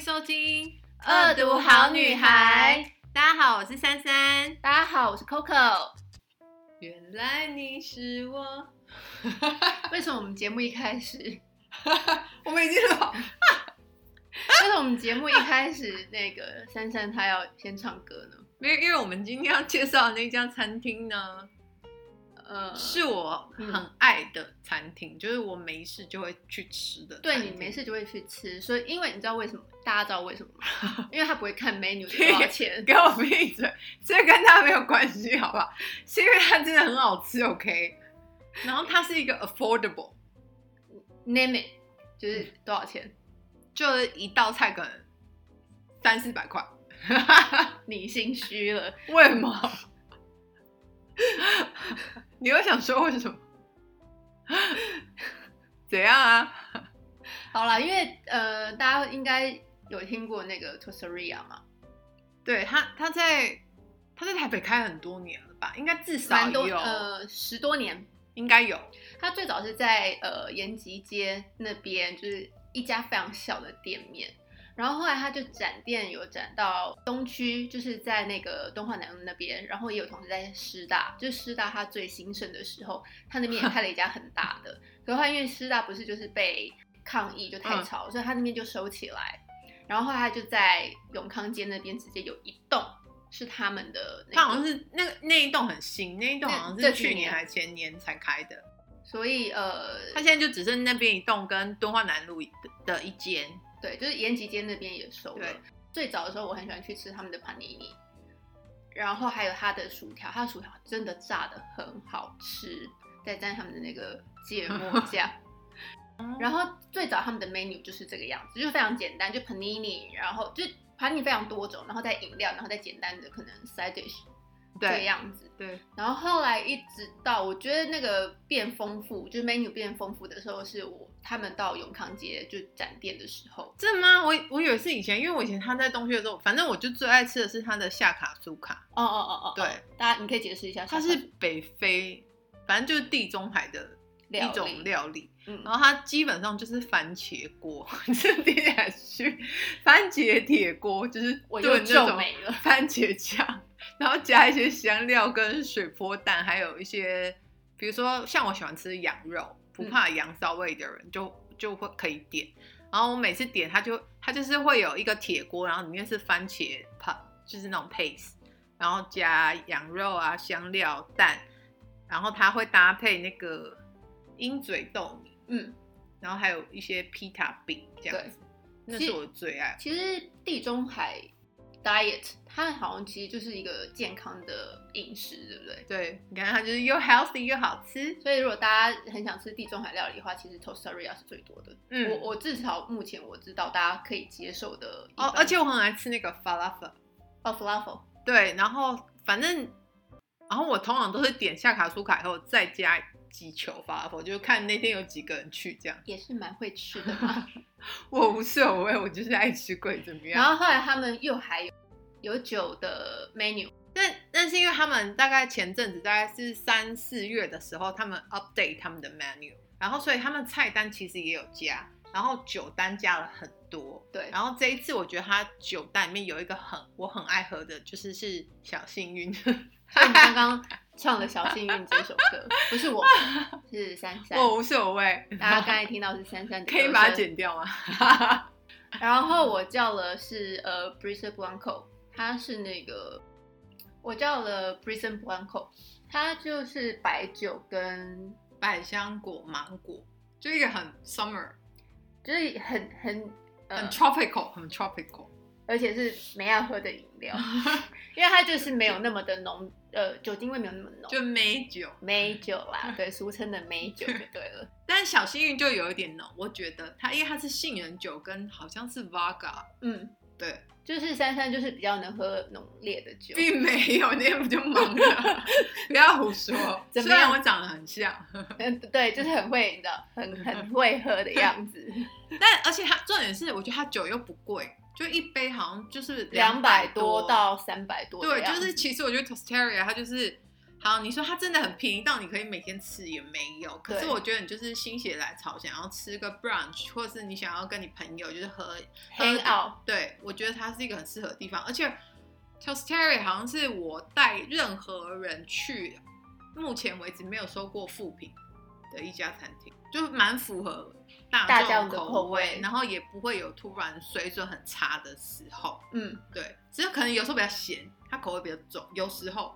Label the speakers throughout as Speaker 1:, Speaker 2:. Speaker 1: 收听《
Speaker 2: 恶毒好女孩》。
Speaker 1: 大家好，我是珊珊。
Speaker 2: 大家好，我是 Coco。
Speaker 1: 原来你是我，
Speaker 2: 为什么我们节目一开始？ 为
Speaker 1: 我们已经老
Speaker 2: 什么我们节目一开始那个珊珊她要先唱歌呢？
Speaker 1: 没有，因为我们今天要介绍的那家餐厅呢，
Speaker 2: 呃，
Speaker 1: 是我很爱的餐厅，就是我没事就会去吃的。
Speaker 2: 对你没，事就会去吃，所以因为你知道为什么？大家知道为什么 吗？因为他不会看 menu 多少钱。
Speaker 1: 给我闭嘴，这跟他没有关系，好不好？是因为它真的很好吃，OK。然后它是一个 affordable，
Speaker 2: Name it，就是多少钱？
Speaker 1: 就是一道菜可能三四百块。
Speaker 2: 你心虚了，
Speaker 1: 为什么？你又想说为什么？怎样啊？
Speaker 2: 好啦，因为呃，大家应该有听过那个 Tosaria 嘛，
Speaker 1: 对他，他在他在台北开很多年了吧？应该至少
Speaker 2: 蛮多
Speaker 1: 有，
Speaker 2: 呃十多年，
Speaker 1: 应该有。
Speaker 2: 它最早是在呃延吉街那边，就是一家非常小的店面。然后后来它就展店有展到东区，就是在那个东华南路那边，然后也有同时在师大，就是师大它最兴盛的时候，它那边也开了一家很大的。可是后来因为师大不是就是被抗议就
Speaker 1: 嗯
Speaker 2: 太吵，所以它那边就收起来。然后后来它就在永康街那边直接有一栋是他们的、那个，
Speaker 1: 他好像是那个那一栋很新，那一栋好像
Speaker 2: 那
Speaker 1: 是
Speaker 2: 这几
Speaker 1: 去年
Speaker 2: 年
Speaker 1: 还前年才开的。
Speaker 2: 所以呃，
Speaker 1: 他现在就只剩那边一栋跟敦化南路的一间。
Speaker 2: 对，就是延吉街那边也收了
Speaker 1: 对。
Speaker 2: 最早的时候，我很喜欢去吃他们的 panini，然后还有它的薯条，它的薯条真的炸的很好吃，再蘸他们的那个 芥末酱。
Speaker 1: 哦
Speaker 2: 然后最早他们的 menu 就是这个样子，就是非常简单，就 panini，然后就 panini 非常多种，然后再饮料，然后再简单的可能 side dish 这个
Speaker 1: 对
Speaker 2: 样子。
Speaker 1: 对，
Speaker 2: 然后后来一直到我觉得那个变丰富，就是 menu 变丰富的时候，是我他们到永康街就展店的时候。
Speaker 1: 真的吗？我我以为是以前，因为我以前他在东区的时候，反正我就最爱吃的是他的夏卡苏卡。
Speaker 2: 哦哦哦哦，
Speaker 1: 对，
Speaker 2: 大家你可以解释一下，
Speaker 1: 它是北非，反正就是地中海的一
Speaker 2: 料
Speaker 1: 种
Speaker 2: 理，
Speaker 1: 料理。
Speaker 2: 嗯
Speaker 1: 然后它基本上就是番茄锅， 这听起来虚。番茄铁锅就是
Speaker 2: 我又
Speaker 1: 炖那
Speaker 2: 皱
Speaker 1: 种
Speaker 2: 眉了。
Speaker 1: 番茄酱，然后加一些香料跟水波蛋，还有一些，比如说像我喜欢吃羊肉，啊不怕羊骚味的人就就会可以点。然后我每次点，它就它就是会有一个铁锅，然后里面是番茄泡，就是那种 paste，然后加羊肉啊、香料、蛋，然后它会搭配那个鹰嘴豆泥，
Speaker 2: 嗯，
Speaker 1: 然后还有一些 pita 饼这样子，那
Speaker 2: 其
Speaker 1: 是
Speaker 2: 实
Speaker 1: 我最爱。
Speaker 2: 其实地中海 diet 它好像其实就是一个健康的饮食，对不对？
Speaker 1: 对，你看它就是又 healthy 又好吃，
Speaker 2: 所以如果大家很想吃地中海料理的话，其实 Tostaria 是最多的。
Speaker 1: 嗯，
Speaker 2: 我我至少目前我知道大家可以接受的一般。
Speaker 1: 哦，而且我很爱吃那个 falafel，
Speaker 2: 哦 f l a f e
Speaker 1: 对，然后反正，然后我通常都是点下卡苏卡以后再加几球 falafel，就是看那天有几个人去这样。
Speaker 2: 也是蛮会吃的嘛。
Speaker 1: 我无所谓，我就是爱吃贵怎么
Speaker 2: 然
Speaker 1: 样？
Speaker 2: 后后来他们又还有有酒的 menu，
Speaker 1: 但但是因为他们大概前阵子大概是三四月的时候，他们 update 他们的 menu，然后所以他们菜单其实也有加，然后酒单加了很多。
Speaker 2: 对，
Speaker 1: 然后这一次我觉得它酒单里面有一个很我很爱喝的，就是是小幸运。
Speaker 2: 所以你刚刚唱了《小幸运》这首歌，不是我，是珊 珊。
Speaker 1: 我无所谓，
Speaker 2: 大家刚才听到是珊珊的歌
Speaker 1: 可
Speaker 2: 声，
Speaker 1: 以把它剪掉吗？
Speaker 2: 然后我叫了是呃 Brisa Blanco，它是那个我叫了 Brisa Blanco，它就是白酒跟
Speaker 1: 百香果、芒果，就一个很 summer、
Speaker 2: 就是很很
Speaker 1: 很
Speaker 2: 呃，
Speaker 1: tropical、很 tropical。
Speaker 2: 而且是没要喝的饮料，因为它就是没有那么的浓，呃，酒精味没有那么浓，
Speaker 1: 就美酒，
Speaker 2: 美酒啦，对，俗称的美酒就对了。
Speaker 1: 但小幸运就有一点浓，我觉得它因为它是杏仁酒跟好像是 vodka，
Speaker 2: 嗯，
Speaker 1: 对，
Speaker 2: 就是珊珊就是比较能喝浓烈的酒，
Speaker 1: 并没有，那天不就忙 了，不要胡说。
Speaker 2: 怎
Speaker 1: 虽
Speaker 2: 么样
Speaker 1: 然我长得很像，
Speaker 2: 嗯，对，就是很会，你知道，很很会喝的样子。
Speaker 1: 但而且它重点是，我觉得它酒又不贵，就一杯好像就是
Speaker 2: 两百
Speaker 1: 多
Speaker 2: 多到三百多的
Speaker 1: 对，
Speaker 2: 样
Speaker 1: 就
Speaker 2: 子，
Speaker 1: 是其实我觉得 Tostaria 它就是好，你说它真的很便宜到你可以每天吃也没有，可是
Speaker 2: 对
Speaker 1: 我觉得你就是心血来潮，想要吃个 brunch，或是你想要跟你朋友就是喝喝
Speaker 2: hang out，
Speaker 1: 对，我觉得它是一个很适合的地方，而且 t o s t e r i 好像是我带任何人去，目前为止没有收过负评的一家餐厅，就蛮符合
Speaker 2: 大
Speaker 1: 大
Speaker 2: 众
Speaker 1: 众
Speaker 2: 的
Speaker 1: 口
Speaker 2: 口味
Speaker 1: 然后也不会有突然水准很差的时候。
Speaker 2: 嗯，
Speaker 1: 对，只是可能有时候比较咸，它口味比较重，有时候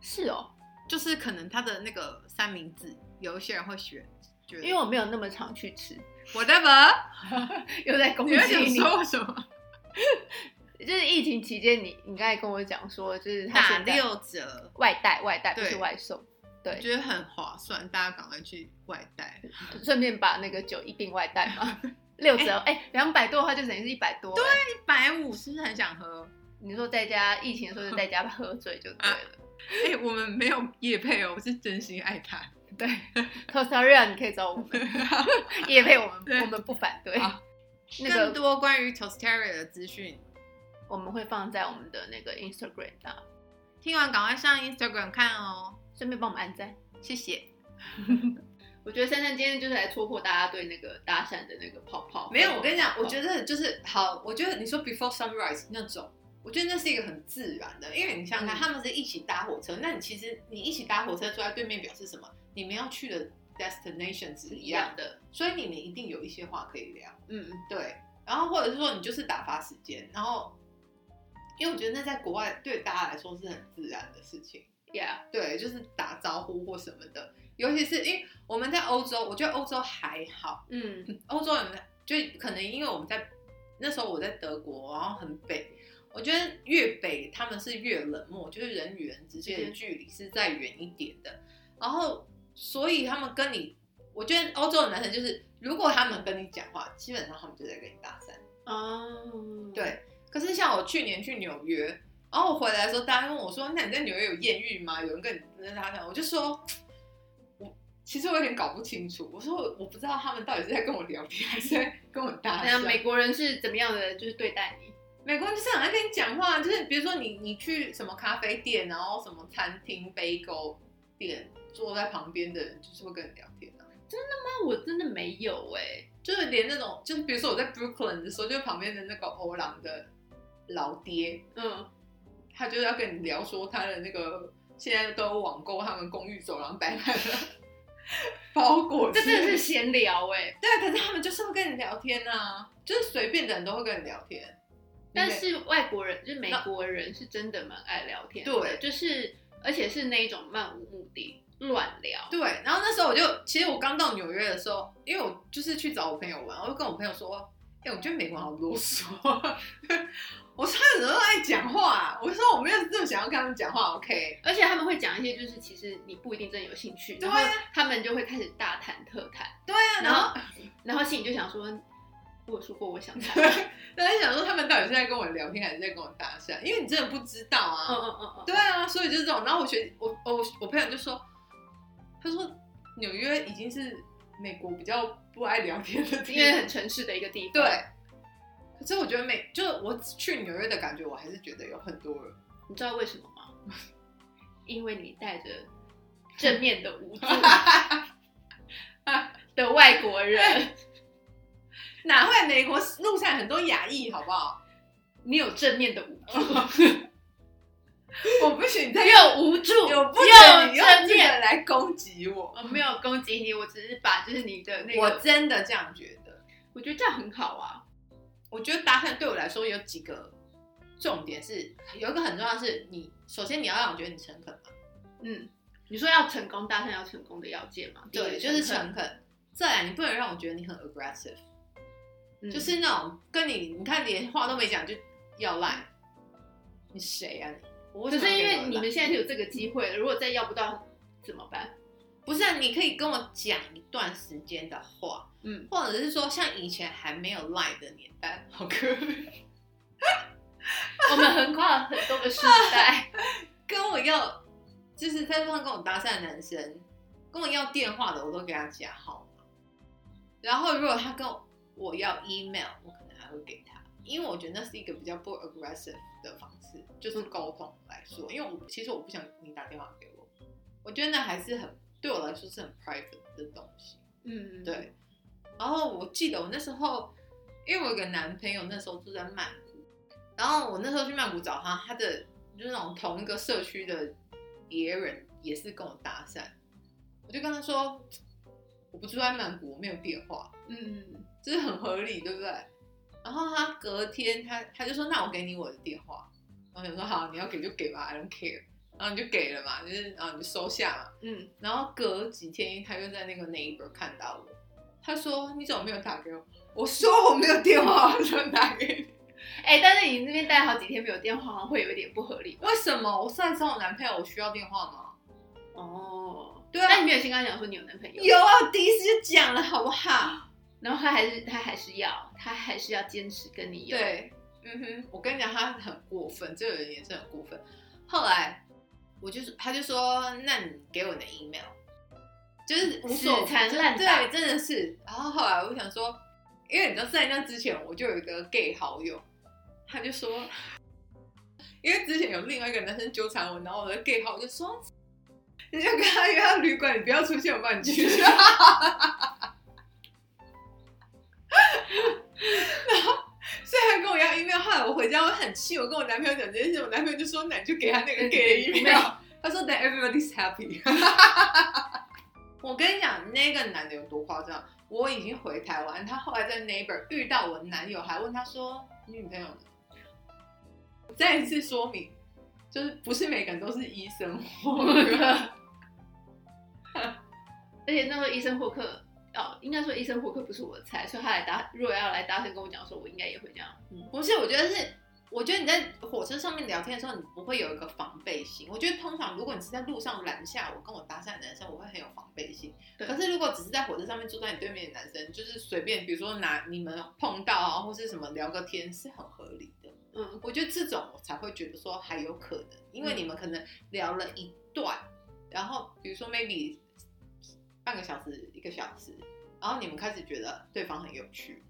Speaker 2: 是哦，
Speaker 1: 就是可能它的那个三明治，有一些人会选，觉得
Speaker 2: 因为我没有那么常去吃，
Speaker 1: whatever，
Speaker 2: 又在攻
Speaker 1: 你会想
Speaker 2: 击
Speaker 1: 说我什么？
Speaker 2: 你。 就是疫情期间，你你刚才跟我讲说，就是他
Speaker 1: 打
Speaker 2: 现在
Speaker 1: 六折，
Speaker 2: 外带外带不
Speaker 1: 对
Speaker 2: 是外送，
Speaker 1: 我
Speaker 2: 对，
Speaker 1: 觉得很划算，大家赶快去外带。
Speaker 2: 顺便把那个酒一并外带嘛，
Speaker 1: 嗯
Speaker 2: 六折，哎，两百多的话就等于是一百多，对，
Speaker 1: 一百五是不是很想喝？
Speaker 2: 你说在家疫情的时候就在家喝醉就对了。
Speaker 1: 哎、我们没有夜配哦，我是真心爱它。
Speaker 2: 对 t o s t a r i a 你可以找我们，也配我们，
Speaker 1: 对
Speaker 2: 我们不反对。
Speaker 1: 好
Speaker 2: 那
Speaker 1: 更
Speaker 2: 个
Speaker 1: 多关于 Tosteria 的资讯，
Speaker 2: 我们会放在我们的那个 Instagram 上，
Speaker 1: 听完赶快上 Instagram 看哦，
Speaker 2: 顺便帮我们按赞。
Speaker 1: 谢谢。
Speaker 2: 我觉得珊珊今天就是来戳破大家对那个搭讪的那个泡泡。
Speaker 1: 没有，我跟你讲，我
Speaker 2: 得
Speaker 1: 觉得就是好，我觉得你说 Before Sunrise 那种，我觉得那是一个很自然的，因为你想想看，
Speaker 2: 嗯
Speaker 1: 他们是一起搭火车，那你其实你一起搭火车坐在对面，表示什么？你们要去的 destination 是一
Speaker 2: 一
Speaker 1: 样
Speaker 2: 样
Speaker 1: 的，
Speaker 2: 的，
Speaker 1: 所以你们一定有一些话可以聊。
Speaker 2: 嗯，
Speaker 1: 对，然后或者是说你就是打发时间，然后因为我觉得那在国外对大家来说是很自然的事情，
Speaker 2: ，Yeah，
Speaker 1: 对，就是打招呼或什么的，尤其是因为我们在欧洲，我觉得欧洲还好，
Speaker 2: 嗯，
Speaker 1: 欧洲人就可能因为我们在那时候我在德国，然后很北。我觉得越北他们是越冷漠，就是人与人之间的
Speaker 2: 嗯
Speaker 1: 距离是再远一点的。然后，所以他们跟你，我觉得欧洲的男生就是，如果他们跟你讲话，基本上他们就在跟你搭讪。
Speaker 2: 哦，，
Speaker 1: 对，可是像我去年去纽约，然后我回来的时候，大家问我说：“那你在纽约有艳遇吗？有人跟你跟他讲？”我就说，我其实我有点搞不清楚。我说我我不知道他们到底是在跟我聊天，还是在跟我搭
Speaker 2: 那
Speaker 1: 讪。
Speaker 2: 美国人是怎么样的？就是对待你，
Speaker 1: 美国人就是很爱跟你讲话，就是比如说你你去什么咖啡店，然后什么餐厅、杯狗店，坐在旁边的人就是会跟你聊天啊。
Speaker 2: 那我真的没有哎、
Speaker 1: 就是连那种，就是比如说我在 Brooklyn 的时候，就旁边的那个欧朗的老爹，
Speaker 2: 嗯，
Speaker 1: 他就是要跟你聊说他的那个现在都有网购，他们公寓走廊摆满了包裹之
Speaker 2: 这
Speaker 1: 类，
Speaker 2: 真的是闲聊 哎、
Speaker 1: 对，可是他们就是会跟你聊天啊，就是随便的人都会跟你聊天，
Speaker 2: 但是外国人，就是美国人，是真的蛮爱聊天的，
Speaker 1: 对嗯
Speaker 2: 就是而且是那一种漫无目的乱聊，
Speaker 1: 对，然后那时候我就，其实我刚到纽约的时候，因为我就是去找我朋友玩，我就跟我朋友说，哎、我觉得美国人好啰嗦， 我说他们都爱讲话啊，我说我没有这么想要跟他们讲话，OK，
Speaker 2: 而且他们会讲一些就是其实你不一定真的有兴趣，
Speaker 1: 对
Speaker 2: 然
Speaker 1: 啊
Speaker 2: 后他们就会开始大谈特谈，
Speaker 1: 对啊，然
Speaker 2: 然
Speaker 1: 后
Speaker 2: 后然后心里就想说，我有说过 我想谈，嗯
Speaker 1: 对，但是想说他们到底是在跟我聊天还是在跟我搭讪，因为你真的不知道啊。
Speaker 2: 嗯嗯嗯，
Speaker 1: 对啊，所以就是这种。然后我学我哦我我朋友就说，他说纽约已经是美国比较不爱聊天的地
Speaker 2: 因为
Speaker 1: 方，
Speaker 2: 很城市的一个地方，
Speaker 1: 对。可是我觉得美，就是我去纽约的感觉，我还是觉得有很多人。
Speaker 2: 你知道为什么吗？因为你带 着正面的无助的外国人，
Speaker 1: 哪会美国路上很多亚裔，好不好？
Speaker 2: 你有正面的无助。
Speaker 1: 哦我不许你再
Speaker 2: 又无助，
Speaker 1: 我不准
Speaker 2: 又
Speaker 1: 你用
Speaker 2: 正
Speaker 1: 这
Speaker 2: 面。
Speaker 1: 个来攻击我。
Speaker 2: 我没有攻击你，我只是把就是你的那个，
Speaker 1: 我
Speaker 2: 我
Speaker 1: 真的这样觉得。
Speaker 2: 我觉得这样很好啊。
Speaker 1: 我觉得搭讪对我来说有几个重点是，有一个很重要的是你，首先你要让我觉得你诚恳嘛，
Speaker 2: 嗯，你说要成功，搭讪要成功的要件嘛？
Speaker 1: 对，
Speaker 2: 第
Speaker 1: 就
Speaker 2: 一
Speaker 1: 是
Speaker 2: 个
Speaker 1: 诚恳。再来，你不能让我觉得你很 aggressive，、
Speaker 2: 嗯
Speaker 1: 就是那种跟你你看连话都没讲就要赖，你谁啊你？我为
Speaker 2: 可
Speaker 1: 什么
Speaker 2: 是
Speaker 1: 要
Speaker 2: 因
Speaker 1: 跟
Speaker 2: 为
Speaker 1: 你
Speaker 2: 你
Speaker 1: 赖
Speaker 2: 们现在是有这个机会了，如果再要不到怎么办？
Speaker 1: 不是、啊，你可以跟我讲一段时间的话，
Speaker 2: 嗯，
Speaker 1: 或者是说像以前还没有赖的年代，好可
Speaker 2: 我们横跨了很多个时 代，
Speaker 1: 跟我要，就是在路上跟我搭讪的男生，跟我要电话的，我都给他加号码。然后如果他跟我我要 email，我可能还会给他，因为我觉得那是一个比较不 aggressive 的方式，就是沟通来说。因为我其实我不想你打电话给我，我觉得那还是很对我来说是很 private 的东西。
Speaker 2: 嗯，
Speaker 1: 对，然后我记得我那时候，因为我有个男朋友那时候住在曼谷，然后我那时候去曼谷找他，他的就是那种同一个社区的别人也是跟我搭讪，我就跟他说我不住在曼谷，我没有电话，
Speaker 2: 嗯，
Speaker 1: 这是很合理，对不对？然后他隔天他他就说那我给你我的电话，然后我想说好你要给就给吧，I don't care，然后你就给了嘛，就是然后你就收下嘛。
Speaker 2: 嗯，
Speaker 1: 然后隔几天他又在那个 neighbor 看到我，他说你怎么没有打给我？我说我没有电话，我说打给你。
Speaker 2: 哎、但是你那边待好几天没有电话，好像会有一点不合理。
Speaker 1: 为什么？我上一次我男朋友我需要电话吗？
Speaker 2: 哦，
Speaker 1: 对
Speaker 2: 那你
Speaker 1: 啊，
Speaker 2: 没有先跟他讲说你有男朋友？
Speaker 1: 有啊，我第一次就讲了，好不好？
Speaker 2: 然后他还是他还是要他还是要坚持跟你有。，
Speaker 1: 对，嗯哼，我跟你讲，他很过分，这个人也是很过分。后来我就是，他就说，那你给我你的 email，就是无所
Speaker 2: 死缠烂打
Speaker 1: 对，真的是。然后后来我想说，因为你知道在那之前我就有一个 gay 好友，他就说，因为之前有另外一个男生纠缠我，然后我的 gay 好友就说，你就跟他约到旅馆，你不要出现，我帮你去。 然后所以他跟我要 email，后来我回家我很气，我跟我男朋友讲这件事，我男朋友就说，那你就给他那个 gay 的 email。他说 That everybody's happy 。我跟你讲，那个男的有多夸张！我已经回台湾，他后来在 neighbor 遇到我男友，还问他说：“你女朋友呢？”再一次说明，就是不是每个人都是医生 或
Speaker 2: 而且那时候医生霍克，哦，应该说医生霍克不是我的菜，所以他来搭，如果要来搭讪跟我讲说，我应该也会这样。
Speaker 1: 不是，我觉得是，我觉得你在火车上面聊天的时候，你不会有一个防备心。我觉得通常如果你是在路上拦下我跟我搭讪的男生，我会很有防备心。
Speaker 2: 对
Speaker 1: 可是如果只是在火车上面坐在你对面的男生，就是随便，比如说拿你们碰到啊，或是什么聊个天，是很合理的。
Speaker 2: 嗯
Speaker 1: 我觉得这种我才会觉得说还有可能，因为
Speaker 2: 嗯
Speaker 1: 你们可能聊了一段，然后比如说 maybe 半个小时、一个小时，然后你们开始觉得对方很有趣，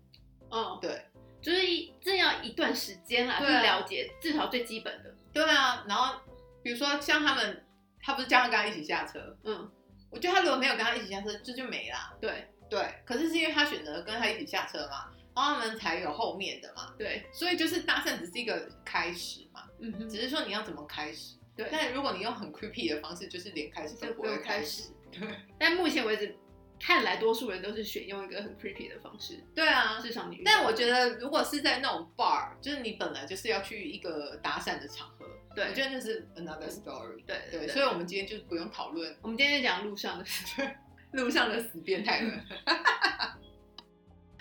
Speaker 2: 嗯，
Speaker 1: 对。
Speaker 2: 就是一这要一段时间啦，去
Speaker 1: 对啊
Speaker 2: 了解至少最基本的。
Speaker 1: 对啊，然后比如说像他们，他不是叫他跟他一起下车，
Speaker 2: 嗯，
Speaker 1: 我觉得他如果没有跟他一起下车，这就没啦。
Speaker 2: 对
Speaker 1: 对，可是是因为他选择跟他一起下车嘛，然后他们才有后面的嘛，
Speaker 2: 对，
Speaker 1: 所以就是搭讪只是一个开始嘛，
Speaker 2: 嗯哼
Speaker 1: 只是说你要怎么开始。
Speaker 2: 对
Speaker 1: 但如果你用很 creepy 的方式，就是连开始都
Speaker 2: 就
Speaker 1: 不
Speaker 2: 不用
Speaker 1: 会
Speaker 2: 开
Speaker 1: 开始。
Speaker 2: 始。
Speaker 1: 对，
Speaker 2: 但目前为止，看来多数人都是选用一个很 creepy 的方式，
Speaker 1: 对啊，
Speaker 2: 至少你遇到。
Speaker 1: 但我觉得如果是在那种 bar，就是你本来就是要去一个搭讪的场合，
Speaker 2: 对
Speaker 1: 我觉得那是 another story。
Speaker 2: 对
Speaker 1: 对，所以我们今天就不用讨论
Speaker 2: 我们今天就讲路上的事。
Speaker 1: 路上的死变态们。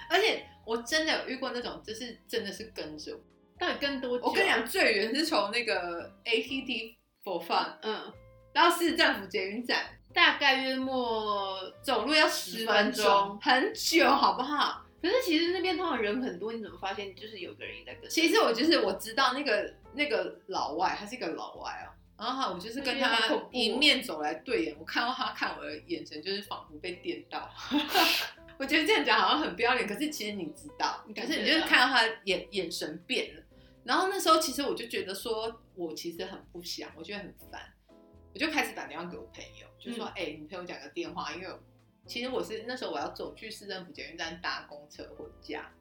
Speaker 1: 而且我真的有遇过那种，就是真的是跟着我。
Speaker 2: 到底跟多久？啊
Speaker 1: 我跟你讲，，最远是从那个 ATT for fun
Speaker 2: 嗯，
Speaker 1: 到市政府捷运站，
Speaker 2: 大概约莫。
Speaker 1: 走路要十分
Speaker 2: 10分钟
Speaker 1: 钟，很久，好不好？
Speaker 2: 可是其实那边通常人很多，你怎么发现就是有个人也在跟？
Speaker 1: 其实我就是我知道那个那个老外，他是一个老外啊。然后我就是跟
Speaker 2: 我觉得
Speaker 1: 他
Speaker 2: 好恐怖哦
Speaker 1: 迎面走来对眼，我看到他看我的眼神，就是仿佛被电到。 我觉得这样讲好像很不要脸，可是其实你知道，
Speaker 2: 你
Speaker 1: 可
Speaker 2: 感
Speaker 1: 是你
Speaker 2: 觉
Speaker 1: 就是
Speaker 2: 到
Speaker 1: 看到他眼眼神变了。然后那时候其实我就觉得说，我其实很不想，我觉得很烦，我就开始打电话给我朋友，就
Speaker 2: 嗯
Speaker 1: 说：“哎、你陪我讲个电话，因为我其实我是那时候我要走去市政府捷运站搭公车回家，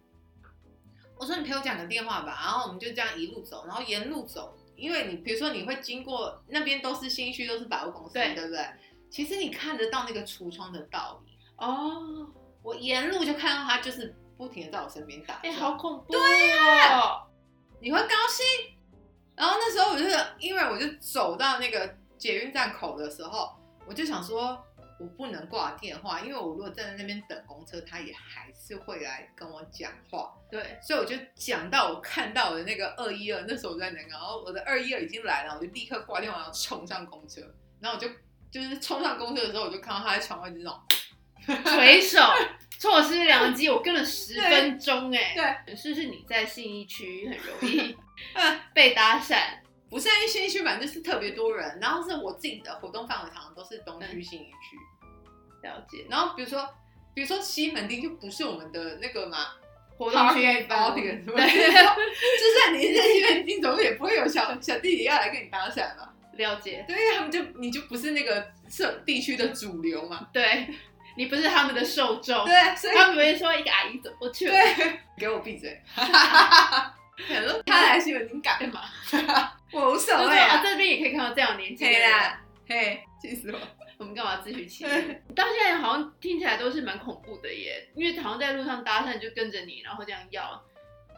Speaker 1: 我说你陪我讲个电话吧，然后我们就这样一路走，然后沿路走，因为你比如说你会经过那边都是新区，都是百货公司，
Speaker 2: 对
Speaker 1: 对不对？其实你看得到那个橱窗的倒影，
Speaker 2: 哦，
Speaker 1: 我沿路就看到他就是不停的在我身边打转，
Speaker 2: 哎、好恐怖、哦！对呀、
Speaker 1: 啊你会高兴。然后那时候我就是因为我就走到那个捷运站口的时候，我就想说，我不能挂电话，因为我如果站在那边等公车，他也还是会来跟我讲话。
Speaker 2: 对，
Speaker 1: 所以我就讲到我看到我的那个二一二，那时候我在南港，然后我的二一二已经来了，我就立刻挂电话，然后冲上公车，然后我就就是冲上公车的时候，我就看到他在窗外这种，
Speaker 2: 垂手错失良机，我跟了十分钟哎、
Speaker 1: 对，
Speaker 2: 是不是你在信义区很容易
Speaker 1: 嗯
Speaker 2: 被搭讪？
Speaker 1: 不是啊因新一区，反正就是特别多人，然后是我自己的活动范围，常常都是东
Speaker 2: 嗯
Speaker 1: 区、新一区，
Speaker 2: 了解，
Speaker 1: 然后比如说比如说西门町就不是我们的那个嘛。
Speaker 2: 活动区
Speaker 1: Target
Speaker 2: 嗯
Speaker 1: audience，
Speaker 2: 对
Speaker 1: 对，就算你是在西门町，总也不会有小小弟弟要来跟你搭讪嘛。
Speaker 2: 了解，
Speaker 1: 对，他们就你就不是那个社地区的主流嘛，
Speaker 2: 对你不是他们的受众，
Speaker 1: 对，啊所以
Speaker 2: 他们不会说一个阿姨走过去，
Speaker 1: 对，给我闭 嘴，想说他来新闻你敢吗？我无
Speaker 2: 就
Speaker 1: 所
Speaker 2: 是
Speaker 1: 谓
Speaker 2: 说啊，
Speaker 1: 啊，
Speaker 2: 这边也可以看到这样年纪的
Speaker 1: 嘿
Speaker 2: 人，
Speaker 1: 啦，嘿，气死我，
Speaker 2: 我们干嘛自取其辱？到现在好像听起来都是蛮恐怖的耶，因为好像在路上搭讪就跟着你，然后这样要，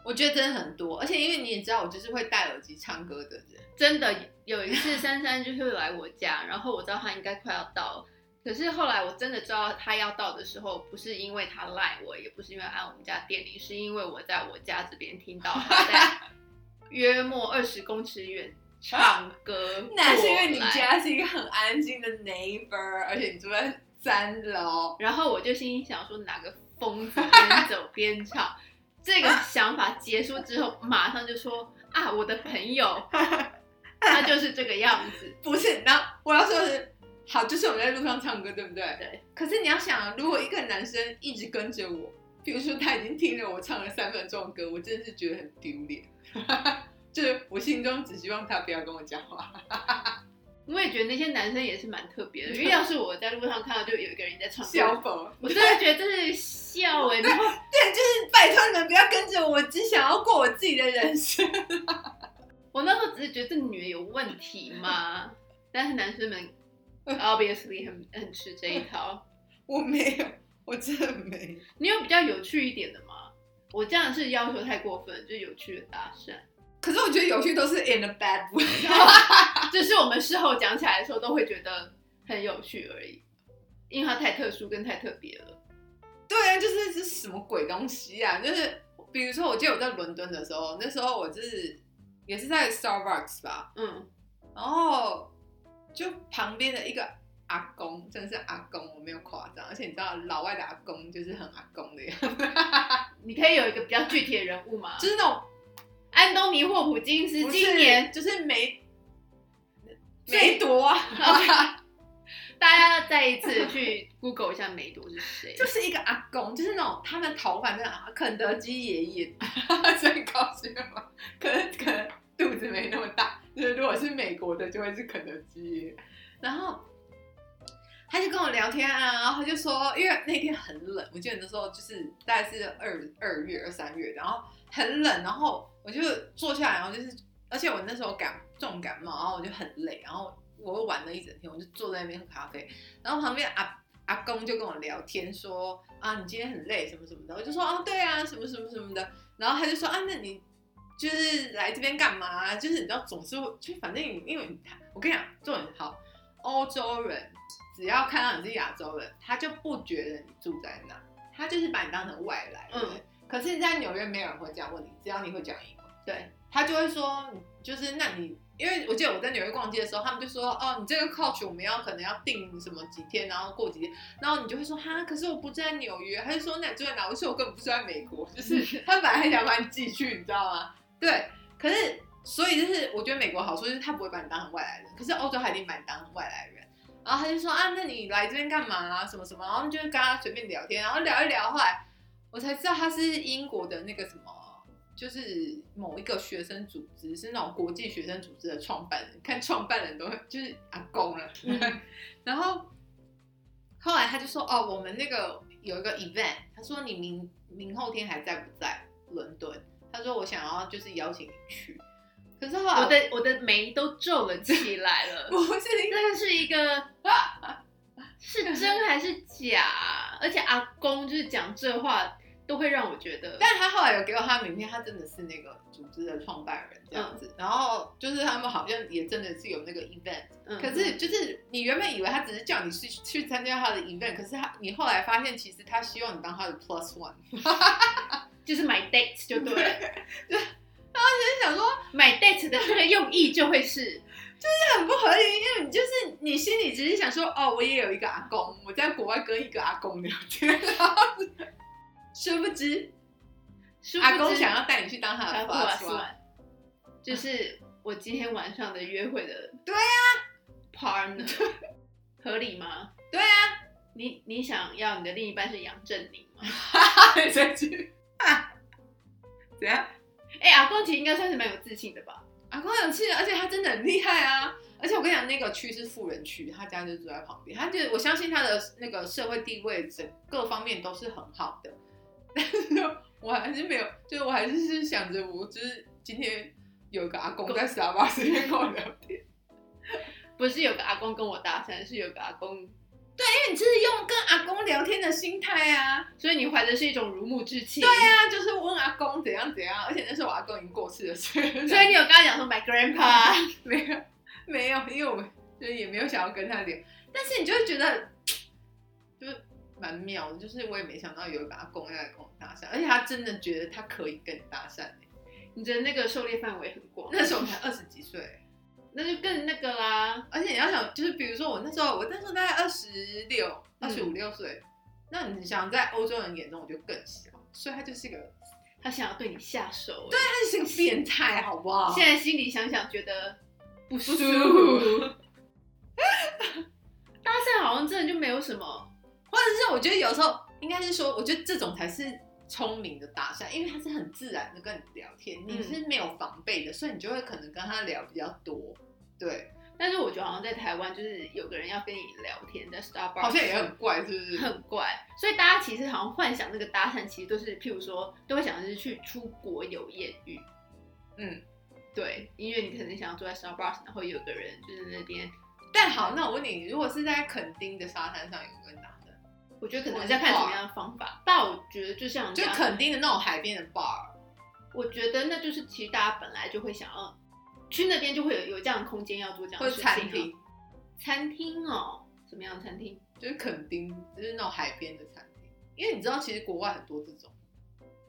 Speaker 1: 我觉得真的很多，而且因为你也知道，我就是会戴耳机唱歌的人。。
Speaker 2: 真的有一次珊珊就是来我家，然后我知道她应该快要到了。可是后来我真的知道她要到的时候，不是因为她赖我，也不是因为按我们家电铃，是因为我在我家这边听到她在约莫二十公尺远唱歌
Speaker 1: 那是因为你
Speaker 2: 过来
Speaker 1: 家是一个很安静的 neighbor，而且你住在三楼。
Speaker 2: 然后我就心里想说，哪个疯子边走边唱？这个想法结束之后，马上就说啊，我的朋友，他就是这个样子。
Speaker 1: 不是，然后我要说的是，好，就是我们在路上唱歌，对不对？
Speaker 2: 对。
Speaker 1: 可是你要想啊，如果一个男生一直跟着我，比如说他已经听了我唱了三分钟的歌，我真的是觉得很丢脸。 就是我心中只希望他不要跟我讲 话。
Speaker 2: 我也觉得那些男生也是蛮特别的，因为要是我在路上看到就有一个人在唱
Speaker 1: 小
Speaker 2: 歌，
Speaker 1: 宝，
Speaker 2: 我真的觉得这是笑哎、然后
Speaker 1: 对，就是拜托你们不要跟着我，我只想要过我自己的人生。
Speaker 2: 我那时候只是觉得这女的有问题嘛，但是男生们 obviously 很很吃这一套。
Speaker 1: 我没有，我真的没有。
Speaker 2: 你有比较有趣一点的吗？我这样是要求太过分了，就是有趣的搭讪。
Speaker 1: 可是我觉得有趣都是 in a bad way。
Speaker 2: 这是我们事后讲起来的时候都会觉得很有趣而已，因为它太特殊跟太特别了。
Speaker 1: 对啊，就是这是什么鬼东西啊！就是比如说，我记得我在伦敦的时候，那时候我就是也是在 Starbucks 吧，
Speaker 2: 嗯，
Speaker 1: 然后就旁边的一个阿公，真的是阿公，我没有夸张，而且你知道老外的阿公就是很阿公的样子，
Speaker 2: 你可以有一个比较具体的人物吗？
Speaker 1: 啊就是那种
Speaker 2: 安东尼·霍普金斯
Speaker 1: 不是
Speaker 2: 今年
Speaker 1: 就是没
Speaker 2: 最
Speaker 1: 没多啊，
Speaker 2: 大家再一次去 Google 一下梅朵是 谁
Speaker 1: 就。是一个阿公，就是那种他们头发真的啊，肯德基爷爷， 最高兴嘛，可能可能肚子没那么大，就是如果是美国的就会是肯德基爷爷，然后。他就跟我聊天啊，然后他就说，因为那天很冷，我记得那时候就是大概是二二月、二三月，然后很冷，然后我就坐下来，然后就是，而且我那时候感重感冒，然后我就很累，然后我又玩了一整天，我就坐在那边喝咖啡，然后旁边阿阿公就跟我聊天说啊，你今天很累什么什么的，我就说啊，对啊，什么什么什么的，然后他就说啊，那你就是来这边干嘛？啊就是你知道，总是会就反正你因为你我跟你讲，这种好欧洲人，只要看到你是亚洲人，他就不觉得你住在那，他就是把你当成外来人。
Speaker 2: 嗯
Speaker 1: 可是，在纽约没有人会这样问你，只要你会讲英文。
Speaker 2: 对，
Speaker 1: 他就会说，就是那你，因为我记得我在纽约逛街的时候，他们就说，哦，你这个 coach 我们要可能要定什么几天，然后过几天，然后你就会说，哈，可是我不住在纽约，他就说，那你住在哪？我就说我根本不住在美国，就是他本来还想把你寄去，你知道吗？对，可是所以就是我觉得美国好处就是他不会把你当成外来人，可是欧洲他一定把你当成外来人。然后他就说啊，那你来这边干嘛啊？什么什么？然后就跟他随便聊天，然后聊一聊，后来我才知道他是英国的那个什么，就是某一个学生组织，是那种国际学生组织的创办人。看创办人都会就是阿公了，
Speaker 2: 嗯
Speaker 1: 然后后来他就说哦，我们那个有一个 event，他说你明明后天还在不在伦敦？他说我想要就是邀请你去，可是后来
Speaker 2: 我的我的眉都皱了起来了。
Speaker 1: 不是因为
Speaker 2: 这个是一个是真还是假啊？而且阿公就是讲这话，都会让我觉得，
Speaker 1: 但他后来有给我他的名片，他真的是那个组织的创办人这样子。然后就是他们好像也真的是有那个 event，、
Speaker 2: 嗯
Speaker 1: 可是就是你原本以为他只是叫你去去参加他的 event，可是他你后来发现其实他希望你当他的 plus one。
Speaker 2: 就是 my date 就对了。
Speaker 1: 就想说
Speaker 2: 买 date 的这个用意就会是，
Speaker 1: 这很不合理，因为你就是你心里只是想说哦，我也有一个阿公，我在国外跟一个阿公聊 天，然后殊不知
Speaker 2: 殊不知
Speaker 1: 阿公想要带你去当他
Speaker 2: 他
Speaker 1: 的
Speaker 2: 不划
Speaker 1: plus one。
Speaker 2: 算，就是我今天晚上的约会的
Speaker 1: 对
Speaker 2: 啊 partner 合理吗？
Speaker 1: 对啊，
Speaker 2: 你你想要你的另一半是杨振宁 吗？
Speaker 1: 很生气，啊 怎样？
Speaker 2: 哎、阿公其实应该算是蛮有自信的吧？
Speaker 1: 阿公很气，而且他真的很厉害啊！而且我跟你讲，那个区是富人区，他家就住在旁边，他就我相信他的那个社会地位，整各方面都是很好的。但是我还是没有，就是我还是是想着，我就是今天有个阿公在沙发上面跟我聊天，
Speaker 2: 不是有个阿公跟我搭讪，是有个阿公，
Speaker 1: 因 为你就是用跟阿公聊天的心态啊，
Speaker 2: 所以你怀的是一种如沐之情。
Speaker 1: 对啊呀、就是问阿公怎样怎样，而且那时候我阿公已经过世了，所以
Speaker 2: 所以你有跟他讲说 my grandpa，
Speaker 1: 没有没有，因为我们就是也没有想要跟他聊，但是你就会觉得就是蛮妙的，就是我也没想到有一个阿公要来跟我搭讪，而且他真的觉得他可以跟你搭讪、欸、
Speaker 2: 你的那个狩猎范围很广。
Speaker 1: 那时候我才二十几岁欸、
Speaker 2: 那就更那个啦，
Speaker 1: 而且你要想，就是比如说我那时候，我那时候大概二十六、二十五六岁，那你想在欧洲人眼中我就更小，所以他就是一个，
Speaker 2: 他想要对你下手。
Speaker 1: 他就是一个变态，好不好？
Speaker 2: 现在心里想想觉得不舒
Speaker 1: 服
Speaker 2: 服。 搭讪好像真的就没有什么，
Speaker 1: 或者是我觉得有时候应该是说，我觉得这种才是聪明的搭讪，因为他是很自然的跟你聊天，你是没有防备的，所以你就会可能跟他聊比较多，对，
Speaker 2: 但是我觉得好像在台湾就是有个人要跟你聊天，在 Starbucks
Speaker 1: 好像也很怪，是不是？
Speaker 2: 很怪，所以大家其实好像幻想那个搭讪，其实都是譬如说都会想的是去出国有艳遇，
Speaker 1: 嗯，
Speaker 2: 对，因为你可能想要坐在 Starbucks，然后有个人就是那边，
Speaker 1: 但好，那我问你，如果是在垦丁的沙滩上有一个男的，
Speaker 2: 我觉得可能还是要看什么样的方法。但我觉得就像这
Speaker 1: 就
Speaker 2: 样，
Speaker 1: 垦丁的那种海边的 bar，
Speaker 2: 我觉得那就是其实大家本来就会想要去那边，就会有有这样的空间要做这样
Speaker 1: 或
Speaker 2: 的
Speaker 1: 者
Speaker 2: 事情、啊
Speaker 1: 餐厅，，
Speaker 2: 餐厅哦，什么样的餐厅？
Speaker 1: 哦就是垦丁，就是那种海边的餐厅，因为你知道，其实国外很多这种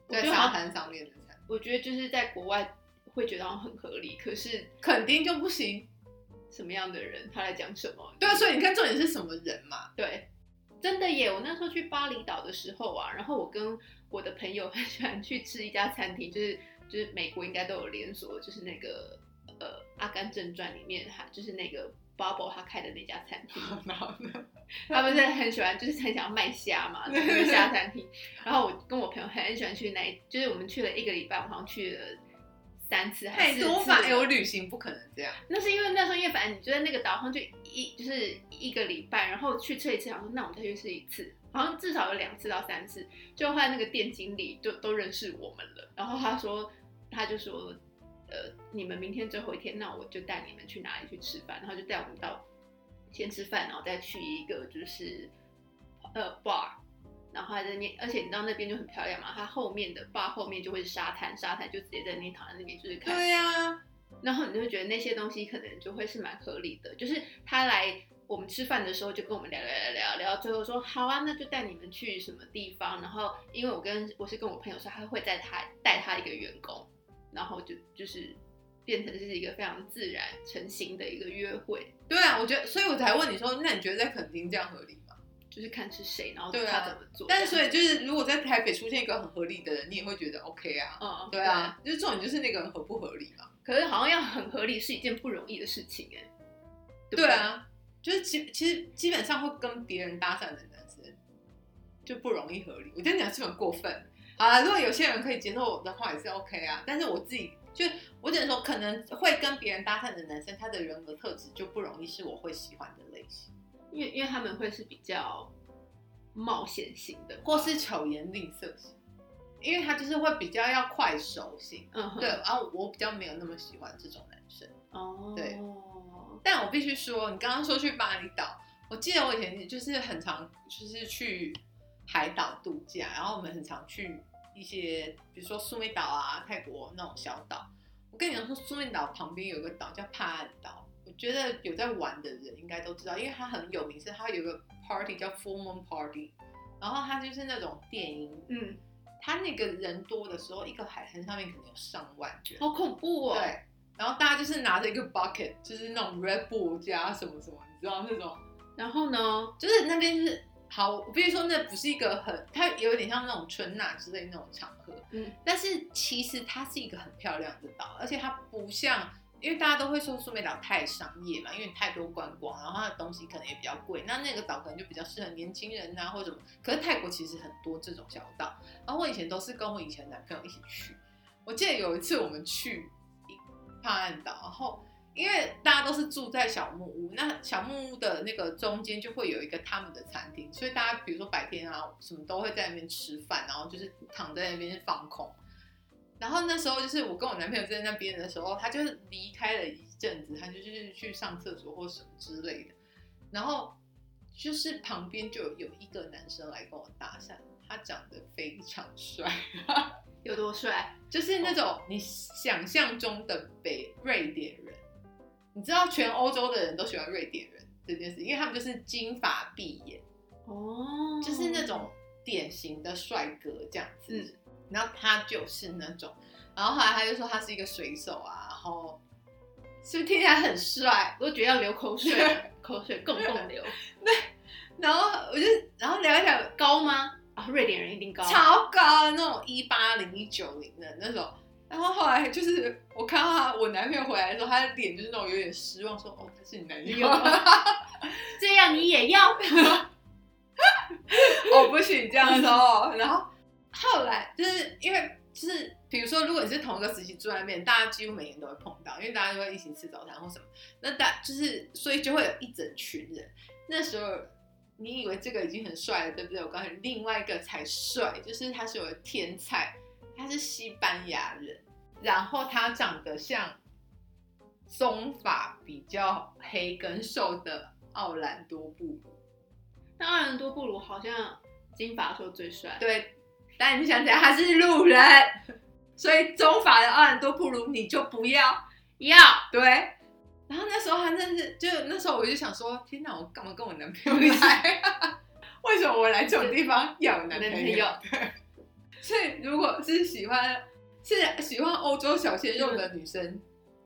Speaker 2: 我
Speaker 1: 在
Speaker 2: 觉得
Speaker 1: 沙
Speaker 2: 好像
Speaker 1: 滩上面的餐厅，
Speaker 2: 我觉得就是在国外会觉得好像很合理，可是
Speaker 1: 垦丁就不行。
Speaker 2: 什么样的人他来讲什么？
Speaker 1: 对啊，所以你看重点是什么人嘛？
Speaker 2: 对，真的耶！我那时候去巴厘岛的时候啊，然后我跟我的朋友 很喜欢去吃一家餐厅，就是就是美国应该都有连锁，就是那个呃《阿甘正传》里面哈，就是那个 Bubble 他开的那家餐厅，
Speaker 1: 然后呢？
Speaker 2: 他们是很喜欢，就是很想要卖虾嘛，就是虾餐厅。然后我跟我朋友很喜欢去那一，就是我们去了一个礼拜，我好像去了三次还
Speaker 1: 太
Speaker 2: 是四次
Speaker 1: 多
Speaker 2: 了。
Speaker 1: 吧？哎、我旅行不可能这样。
Speaker 2: 那是因为那时候，因为反正你就在那个岛上就一就是一个礼拜，然后去吃一次，想说那我们再去吃一次，好像至少有两次到三次。就后来那个店经理就都认识我们了，然后他说他就说，呃，你们明天最后一天，那我就带你们去哪里去吃饭，然后就带我们到先吃饭，然后再去一个就是呃 bar。然后还在那边，而且你知道那边就很漂亮嘛，它后面的 bar 后面就会是沙滩，沙滩就直接在那边躺在那边就是看
Speaker 1: 呀、
Speaker 2: 然后你就会觉得那些东西可能就会是蛮合理的，就是他来我们吃饭的时候就跟我们聊聊聊聊聊，最后说好啊，那就带你们去什么地方。然后因为我跟我是跟我朋友说，他会带他带他一个员工，然后就就是变成是一个非常自然成型的一个约会，
Speaker 1: 对啊，我觉得，所以我才问你说，那你觉得在垦丁这样合理吗？
Speaker 2: 就是看是谁，然后
Speaker 1: 对啊
Speaker 2: 他怎么做。
Speaker 1: 但是所以就是，如果在台北出现一个很合理的人，你也会觉得 OK 啊？
Speaker 2: 嗯，
Speaker 1: 对啊，就是重点就是那个人合不合理嘛？
Speaker 2: 对，可是好像要很合理是一件不容易的事情哎、不
Speaker 1: 对，啊，就是其其实基本上会跟别人搭讪的男生就不容易合理。我跟你讲，是很过分啊！如果有些人可以接受的话，也是 OK 啊。但是我自己就我只能说，可能会跟别人搭讪的男生，他的人格特质就不容易是我会喜欢的类型。
Speaker 2: 因为因为他们会是比较冒险型的，
Speaker 1: 或是巧言令色型，因为他就是会比较要快手型。
Speaker 2: 嗯哼
Speaker 1: 对，然后我比较没有那么喜欢这种男生，
Speaker 2: 哦，
Speaker 1: 对但我必须说，你刚刚说去巴厘岛，我记得我以前就是很常就是去海岛度假，然后我们很常去一些，比如说苏梅岛啊、泰国那种小岛。我跟你讲说，苏梅岛旁边有一个岛叫帕岸岛，我觉得有在玩的人应该都知道，因为它很有名，是它有一个 party 叫 Full Moon Party，然后它就是那种电音
Speaker 2: 嗯，
Speaker 1: 他那个人多的时候，一个海滩上面可能有上万人。
Speaker 2: 好恐怖哦。，
Speaker 1: 对，然后大家就是拿着一个 bucket，就是那种 Red Bull 加什么什么，你知道那种，
Speaker 2: 然后呢，
Speaker 1: 就是那边就是好，我必须说那不是一个很，它有点像那种春娜之类那种场合，
Speaker 2: 嗯，
Speaker 1: 但是其实它是一个很漂亮的岛，而且它不像，因为大家都会说苏梅岛太商业嘛，因为太多观光，然后它的东西可能也比较贵，那那个岛可能就比较适合年轻人啊或者什么。可是泰国其实很多这种小岛，然后我以前都是跟我以前男朋友一起去，我记得有一次我们去帕岸岛，然后因为大家都是住在小木屋，那小木屋的那个中间就会有一个他们的餐厅，所以大家比如说白天啊什么都会在那边吃饭，然后就是躺在那边放空。然后那时候就是我跟我男朋友在那边的时候，他就是离开了一阵子，他就是去上厕所或什么之类的。然后就是旁边就有一个男生来跟我搭讪，他长得非常帅，
Speaker 2: 有多帅？
Speaker 1: 就是那
Speaker 2: 哦
Speaker 1: 种你想象中的北瑞典人。你知道全欧洲的人都喜欢瑞典人这件事，因为他们就是金发碧眼，
Speaker 2: 哦，
Speaker 1: 就是那种典型的帅哥这样子。
Speaker 2: 嗯
Speaker 1: 然后他就是那种，然后后来他就说他是一个水手啊，然后是不是听起来很帅？
Speaker 2: 我觉得要流口 水了，口水共共流。
Speaker 1: 然后我就然后聊一聊
Speaker 2: 高吗？啊，瑞典人一定高。
Speaker 1: 超高那种一八零一九零的那种。然后后来就是我看到他我男朋友回来的时候，他的脸就是那种有点失望，说哦他是你男朋友，
Speaker 2: 这样你也要？
Speaker 1: 哦，不许你这样说哦。然后后来就是因为就是，比如说，如果你是同一个时期住在那边，大家几乎每天都会碰到，因为大家就会一起吃早餐或什么。那大就是，所以就会有一整群人。那时候你以为这个已经很帅了，对不对？我告诉你，另外一个才帅，就是他是我的天才，他是西班牙人，然后他长得像棕发、比较黑跟瘦的奥兰多布鲁。
Speaker 2: 那奥兰多布鲁好像金发的时候最帅。
Speaker 1: 对，但你想起来他是路人，所以中法的奥兰多布鲁你就不要。
Speaker 2: 要
Speaker 1: 对，然后那时候他真的是，就那时候我就想说，天哪，我干嘛跟我男朋友来、啊？ 为什么我来这种地方要有男朋
Speaker 2: 男朋
Speaker 1: 友
Speaker 2: 友？
Speaker 1: 对，所以如果是喜欢是喜欢欧洲小鲜肉的女生，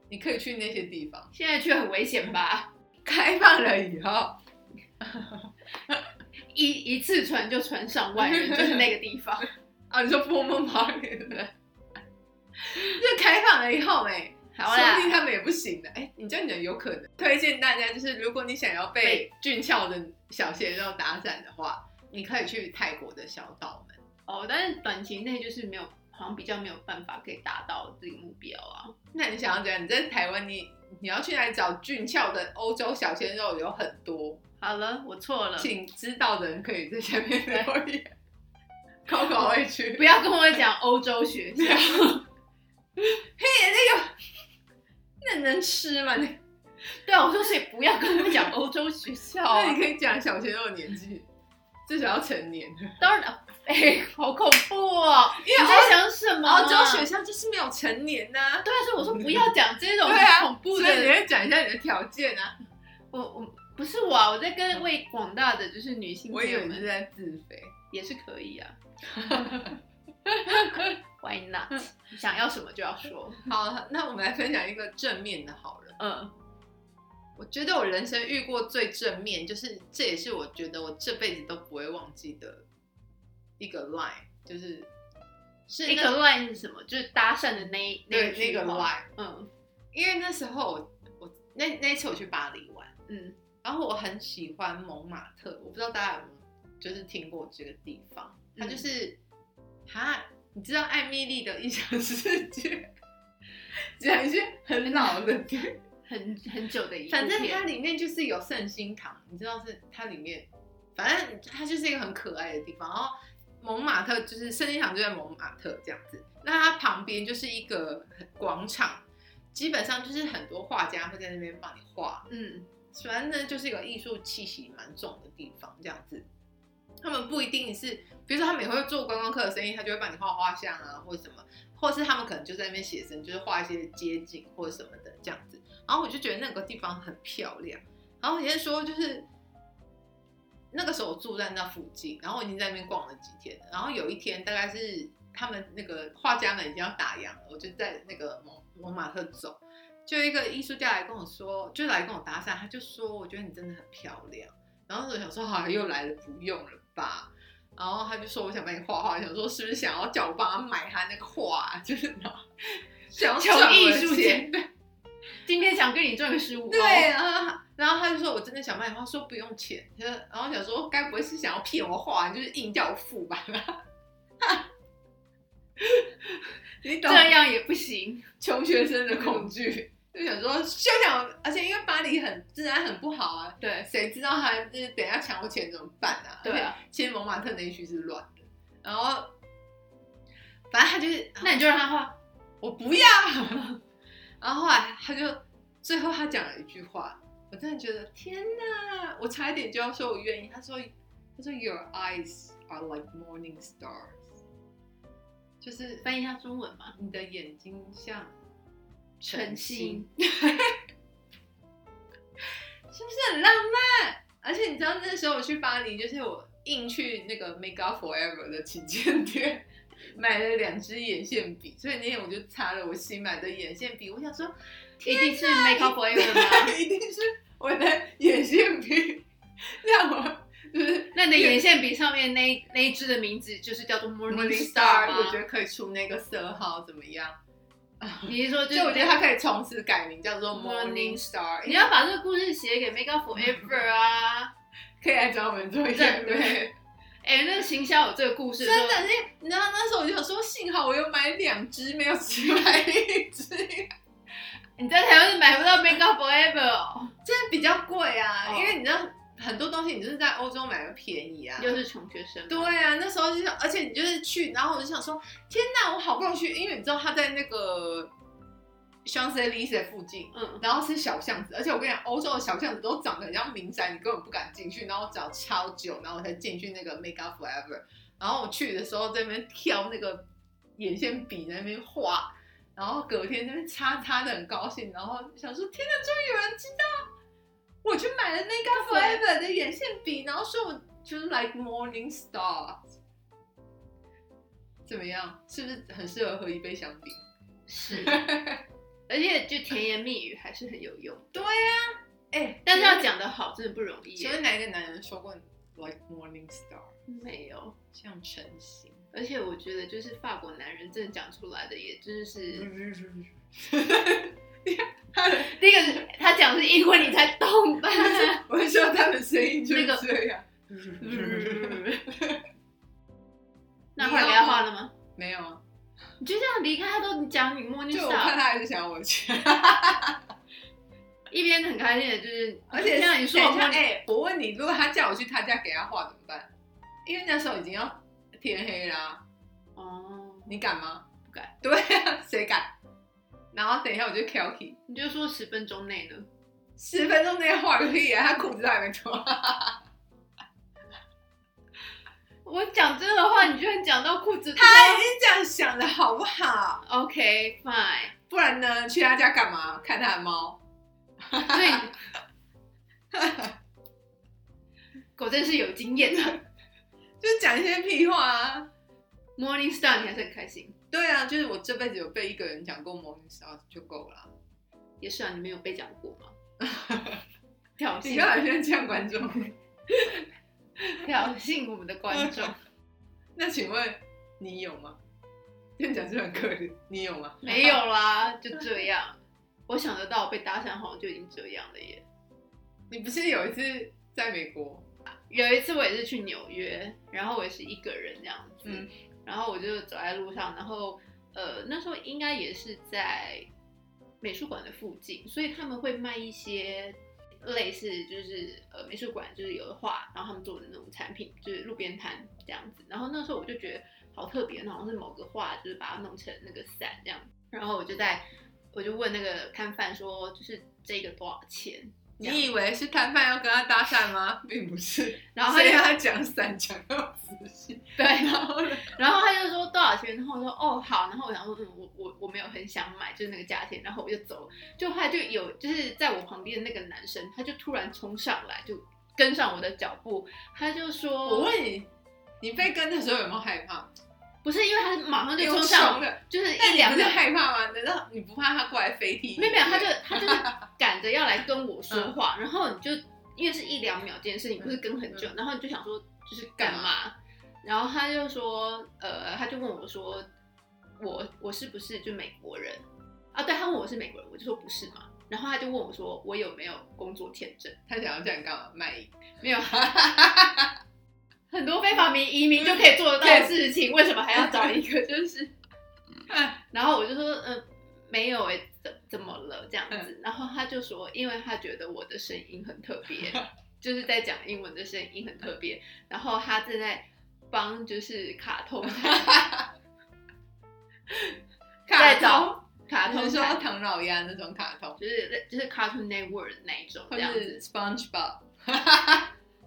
Speaker 1: 你可以去那些地方。
Speaker 2: 现在去很危险吧？
Speaker 1: 开放了以后，
Speaker 2: 一一次传就传上 万人，就是那个地方。
Speaker 1: 啊，你说波梦猫对不对？就开放了以后没、
Speaker 2: 好啊
Speaker 1: 说
Speaker 2: 啦
Speaker 1: 不，定他们也不行的。哎、你这样讲有可能。推荐大家就是，如果你想要被俊俏的小鲜肉打散的话，你可以去泰国的小岛们。
Speaker 2: 哦，但是短期内就是没有，好像比较没有办法可以达到这个目标啊。
Speaker 1: 那你想要怎样？你在台湾，你你要去哪里找俊俏的欧洲小鲜肉有很多，
Speaker 2: 好了，我错了，
Speaker 1: 请知道的人可以在下面留言。Coco 会去，
Speaker 2: 不要跟我讲欧洲学 校。
Speaker 1: 那能吃吗？你
Speaker 2: 对，啊我说所以不要跟我讲欧洲学校啊、
Speaker 1: 那你可以讲小鲜肉年纪，至少要成年。
Speaker 2: 当然，哎、好恐怖哦！
Speaker 1: 因为
Speaker 2: 你在想什么、啊？
Speaker 1: 欧洲学校就是没有成年呐、
Speaker 2: 对啊，所以我说不要讲这种
Speaker 1: 对啊
Speaker 2: 恐怖的。
Speaker 1: 所以你会讲一下你的条件啊。
Speaker 2: 我我不是我、啊，我在跟为广大的就是女性
Speaker 1: 我
Speaker 2: 朋
Speaker 1: 以
Speaker 2: 友
Speaker 1: 为你是
Speaker 2: 啊们
Speaker 1: 在自肥。
Speaker 2: 也是可以啊。Why not？你想要什么就要说。
Speaker 1: 好，那我们来分享一个正面的好了。
Speaker 2: 嗯，
Speaker 1: 我觉得我人生遇过最正面，就是这也是我觉得我这辈子都不会忘记的一个 line，就是是
Speaker 2: 那
Speaker 1: 那
Speaker 2: 个 line 是什么？就是搭讪的那一
Speaker 1: 对
Speaker 2: 一
Speaker 1: 那
Speaker 2: 句
Speaker 1: 个
Speaker 2: 话
Speaker 1: line，
Speaker 2: 嗯
Speaker 1: 因为那时候我我那那一次我去巴黎玩，
Speaker 2: 嗯，
Speaker 1: 然后我很喜欢蒙马特，我不知道大家有没有就是听过这个地方，它就是哈、你知道艾米丽的异想世界，讲一些很老 的地方。
Speaker 2: 很很久的一部
Speaker 1: 反正它
Speaker 2: 片
Speaker 1: 里面就是有圣心堂，你知道是它里面，反正它就是一个很可爱的地方。然后蒙马特就是圣心堂就在蒙马特这样子，那它旁边就是一个广场，基本上就是很多画家会在那边帮你画，
Speaker 2: 嗯
Speaker 1: 反正就是有艺术气息蛮重的地方这样子。他们不一定是，比如说他们也会做观光客的生意，他就会帮你画画像啊，或者什么，或是他们可能就在那边写生，就是画一些街景或者什么的这样子。然后我就觉得那个地方很漂亮。然后你先说，就是那个时候我住在那附近，然后我已经在那边逛了几天了。然后有一天大概是他们那个画家们已经要打烊了，我就在那个蒙蒙马特走，就有一个艺术家来跟我说，就来跟我搭讪，他就说我觉得你真的很漂亮。然后我想说，好、啊，又来了，不用了吧。然后他就说我想帮你画画，想说是不是想要叫我帮他买他那个画啊，就是然后 想要
Speaker 2: 求
Speaker 1: 赚我的
Speaker 2: 艺术
Speaker 1: 钱
Speaker 2: 家。今天想跟你赚个哦十五。
Speaker 1: 对，然后他然后他就说我真的想卖，他说不用钱，他说然后我想说该不会是想要骗我画，就是硬叫我付吧？ 你懂
Speaker 2: 这样也不行。
Speaker 1: 穷学生的恐惧，就想说，就想，而且因为巴黎很治安很不好啊，
Speaker 2: 对
Speaker 1: 谁知道他就是等一下抢我钱怎么办啊？
Speaker 2: 对啊，
Speaker 1: 其实蒙马特那一区是乱的，然后反正他就是，
Speaker 2: 那你就让他画，
Speaker 1: 我不要。 然后后来他就最后他讲了一句话，我真的觉得天哪，我差一点就要说我愿意。他说他说 Your eyes are like morning stars，就是
Speaker 2: 翻译一下中文嘛。
Speaker 1: 你的眼睛像
Speaker 2: 晨星，
Speaker 1: 是不是很浪漫？而且你知道那时候我去巴黎，就是我硬去那个 Make Up Forever 的旗舰店买了两支眼线笔，所以那天我就擦了我新买的眼线笔。我想说，
Speaker 2: 一
Speaker 1: 天
Speaker 2: 定是 make up for you 吗？
Speaker 1: 一定是我的眼线笔让我就是
Speaker 2: 那你的眼线笔上面那一那一支的名字就是叫做 Morning
Speaker 1: Morning
Speaker 2: Star
Speaker 1: Star，
Speaker 2: 吗？
Speaker 1: 我觉得可以出那个色号怎么样？
Speaker 2: 你是说
Speaker 1: 所
Speaker 2: 就是
Speaker 1: 以我觉得它可以从此改名叫做
Speaker 2: Morning
Speaker 1: Morning Star，
Speaker 2: 你要把这个故事写给 Make Up Forever 啊！
Speaker 1: 可以来找我们做一下
Speaker 2: 对
Speaker 1: 对。
Speaker 2: 哎、那个行销有这个故事，
Speaker 1: 真的是，你知道那时候我就想说，幸好我有买两只，没有只买一 只，
Speaker 2: 你在台湾是买不到 Make Up Forever，哦、
Speaker 1: 真的比较贵啊，
Speaker 2: 哦
Speaker 1: 因为你知道很多东西你就是在欧洲买的便宜啊。
Speaker 2: 又是穷学生，
Speaker 1: 对啊，那时候就是，而且你就是去，然后我就想说，天哪，我好不容易去，因为你知道他在那个香榭丽舍附近，
Speaker 2: 嗯，
Speaker 1: 然后是小巷子，而且我跟你讲，欧洲的小巷子都长得很像民宅，你根本不敢进去。然后我找超久，然后我才进去那个 Make Up Forever。然后我去的时候在那边挑那个眼线笔，在那边画，然后隔天在那边擦擦的很高兴，然后想说天哪，终于有人知道我去买了 Make Up Forever 的眼线笔，然后说我就是 like Morning Star，怎么样？是不是很适合喝一杯香槟？
Speaker 2: 是， 而且就甜言蜜语还是很有用，
Speaker 1: 对呀、哎、
Speaker 2: 但是要讲得好真的不容易
Speaker 1: 请
Speaker 2: 耶。
Speaker 1: 问哪一个男人说过 like morning star
Speaker 2: 没有，
Speaker 1: 像晨 星？
Speaker 2: 而且我觉得就是法国男人真的讲出来的，也真是、
Speaker 1: 嗯
Speaker 2: 第一个是他讲是英文你才懂吧？
Speaker 1: 我是说他的声音就是
Speaker 2: 那嗯
Speaker 1: 这样。嗯
Speaker 2: 那后来给他画了吗？
Speaker 1: 没有啊，
Speaker 2: 你就这样离开他都讲你 Morning
Speaker 1: 就我看
Speaker 2: Star，
Speaker 1: 他还是想要我钱，
Speaker 2: 一边很开心的就是，
Speaker 1: 而且
Speaker 2: 像你说
Speaker 1: 等
Speaker 2: 我
Speaker 1: 一下
Speaker 2: Morning
Speaker 1: 哎、我问你，如果他叫我去他家给他画怎么办？因为那时候已经要天黑啦、
Speaker 2: 哦，
Speaker 1: 你敢吗？
Speaker 2: 不敢。
Speaker 1: 对啊，谁敢？然后等一下我就 k e l k y
Speaker 2: 你就说十分钟内呢，
Speaker 1: 十分钟内画个屁啊，他裤子都还没 脱。
Speaker 2: 我讲这个话，你居然讲到裤子
Speaker 1: 他已经这样想的好不好？
Speaker 2: OK fine，
Speaker 1: 不然呢？去他家干嘛？看他的猫？
Speaker 2: 所以你 狗真是有经验的。
Speaker 1: 就是讲一些屁话啊。
Speaker 2: Morning Star，你还是很开心，
Speaker 1: 对啊，就是我这辈子有被一个人讲过 morning star 就够了啊。
Speaker 2: 也是啊，你没有被讲过吗？挑
Speaker 1: 你刚好
Speaker 2: 衅
Speaker 1: 像这样观众。
Speaker 2: 挑衅我们的观众，
Speaker 1: 那请问你有吗？这样讲是很可怜，你有吗？啊
Speaker 2: 没有。啦，就这样。我想得到我被搭讪，好像就已经这样了耶。
Speaker 1: 你不是有一次在美国？
Speaker 2: 有一次我也是去纽约，然后我也是一个人这样子，
Speaker 1: 嗯
Speaker 2: 然后我就走在路上，然后呃那时候应该也是在呃美术馆的附近，所以他们会卖一些类似就是呃美术馆就是有的画，然后他们做的那种产品，就是路边摊这样子。然后那时候我就觉得好特别，好像是某个画，就是把它弄成那个伞这样。然后我就在我就问那个摊贩说，就是这个多少钱？这样
Speaker 1: 你以为是摊贩要跟他搭讪 吗？并不是，
Speaker 2: 然后他
Speaker 1: 所以
Speaker 2: 就
Speaker 1: 他讲散讲要仔细。
Speaker 2: 对，
Speaker 1: 然后呢？
Speaker 2: 然后他就说多少钱，然后我说哦好，然后我想说嗯我我我没有很想买，就是那个价钱，然后我就走，就后来就有就是在我旁边的那个男生，他就突然冲上来，就跟上我的脚步，他就
Speaker 1: 我
Speaker 2: 说
Speaker 1: 问你，你被跟的时候有没有害怕？
Speaker 2: 不是因为他马上就
Speaker 1: 有
Speaker 2: 冲上，
Speaker 1: 了。
Speaker 2: 就是
Speaker 1: 但
Speaker 2: 一
Speaker 1: 你
Speaker 2: 两
Speaker 1: 不是
Speaker 2: 秒，
Speaker 1: 害怕吗？难道你不怕他过来飞踢你？
Speaker 2: 没有没有，他就他就是赶着要来跟我说话，然后你就因为是一两秒这件事情，不是跟很久，然后你就想说就是干
Speaker 1: 干
Speaker 2: 嘛？然后他就说，呃，他就问我说，我我是不是就美国人啊？对，他问我是美国人，我就说不是嘛。然后他就问我说，我有没有工作签证？
Speaker 1: 他想要这样干嘛？卖淫？
Speaker 2: 没有。啊 很多非法民移民就可以做得到的事情，为嗯什么还要找一个就是？然后我就说，呃，没有哎、怎怎么了这样
Speaker 1: 嗯
Speaker 2: 子，然后他就说，因为他觉得我的声音很特别， 就是在讲英文的声音很特别，然后他正在帮就是卡通
Speaker 1: 卡
Speaker 2: 在
Speaker 1: 通，
Speaker 2: 找卡
Speaker 1: 你
Speaker 2: 通
Speaker 1: 是说
Speaker 2: 台
Speaker 1: 唐老鸭那种卡通，
Speaker 2: 就是就是 Cartoon Network 那一种
Speaker 1: 或
Speaker 2: 这样子，
Speaker 1: 是 SpongeBob，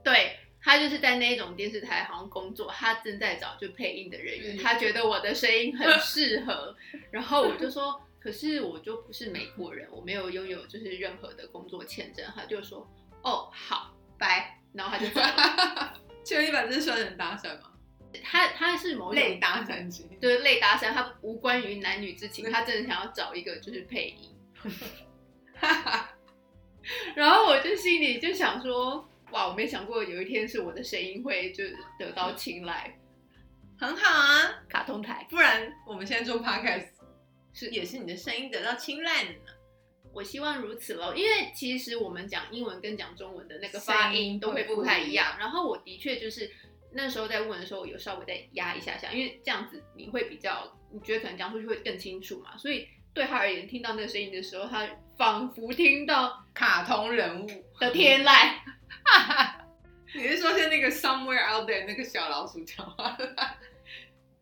Speaker 2: 对他就是在那一种电视台好像工作，他正在找就配音的人员，
Speaker 1: 嗯
Speaker 2: 他觉得我的声音很适合，然后我就说，可是我就不是美国人，我没有拥有就是任何的工作签证，他就说，哦，好，拜，然后他就走了。
Speaker 1: 啊就你把这算成搭讪吗？
Speaker 2: 他他是某一
Speaker 1: 类
Speaker 2: 种
Speaker 1: 搭讪机，
Speaker 2: 就是类搭讪，他无关于男女之情，他真的想要找一个就是配音。然后我就心里就想说，哇，我没想过有一天是我的声音会就是得到青睐，
Speaker 1: 很好啊，
Speaker 2: 卡通台。
Speaker 1: 不然我们现在做 podcast
Speaker 2: 是
Speaker 1: 也是你的声音得到青睐呢。
Speaker 2: 我希望如此喽，因为其实我们讲英文跟讲中文的那个
Speaker 1: 声音
Speaker 2: 发音都会不太
Speaker 1: 不
Speaker 2: 一
Speaker 1: 一
Speaker 2: 样。
Speaker 1: 样
Speaker 2: 然后我的确就是那时候在问的时候，我有稍微再压一下下，因为这样子你会比较，你觉得可能讲出去会更清楚嘛。所以对他而言，听到那个声音的时候，他仿佛听到
Speaker 1: 卡通人物，
Speaker 2: 的天籁。
Speaker 1: 你是说像那个 Somewhere Out There 那个小老鼠讲话？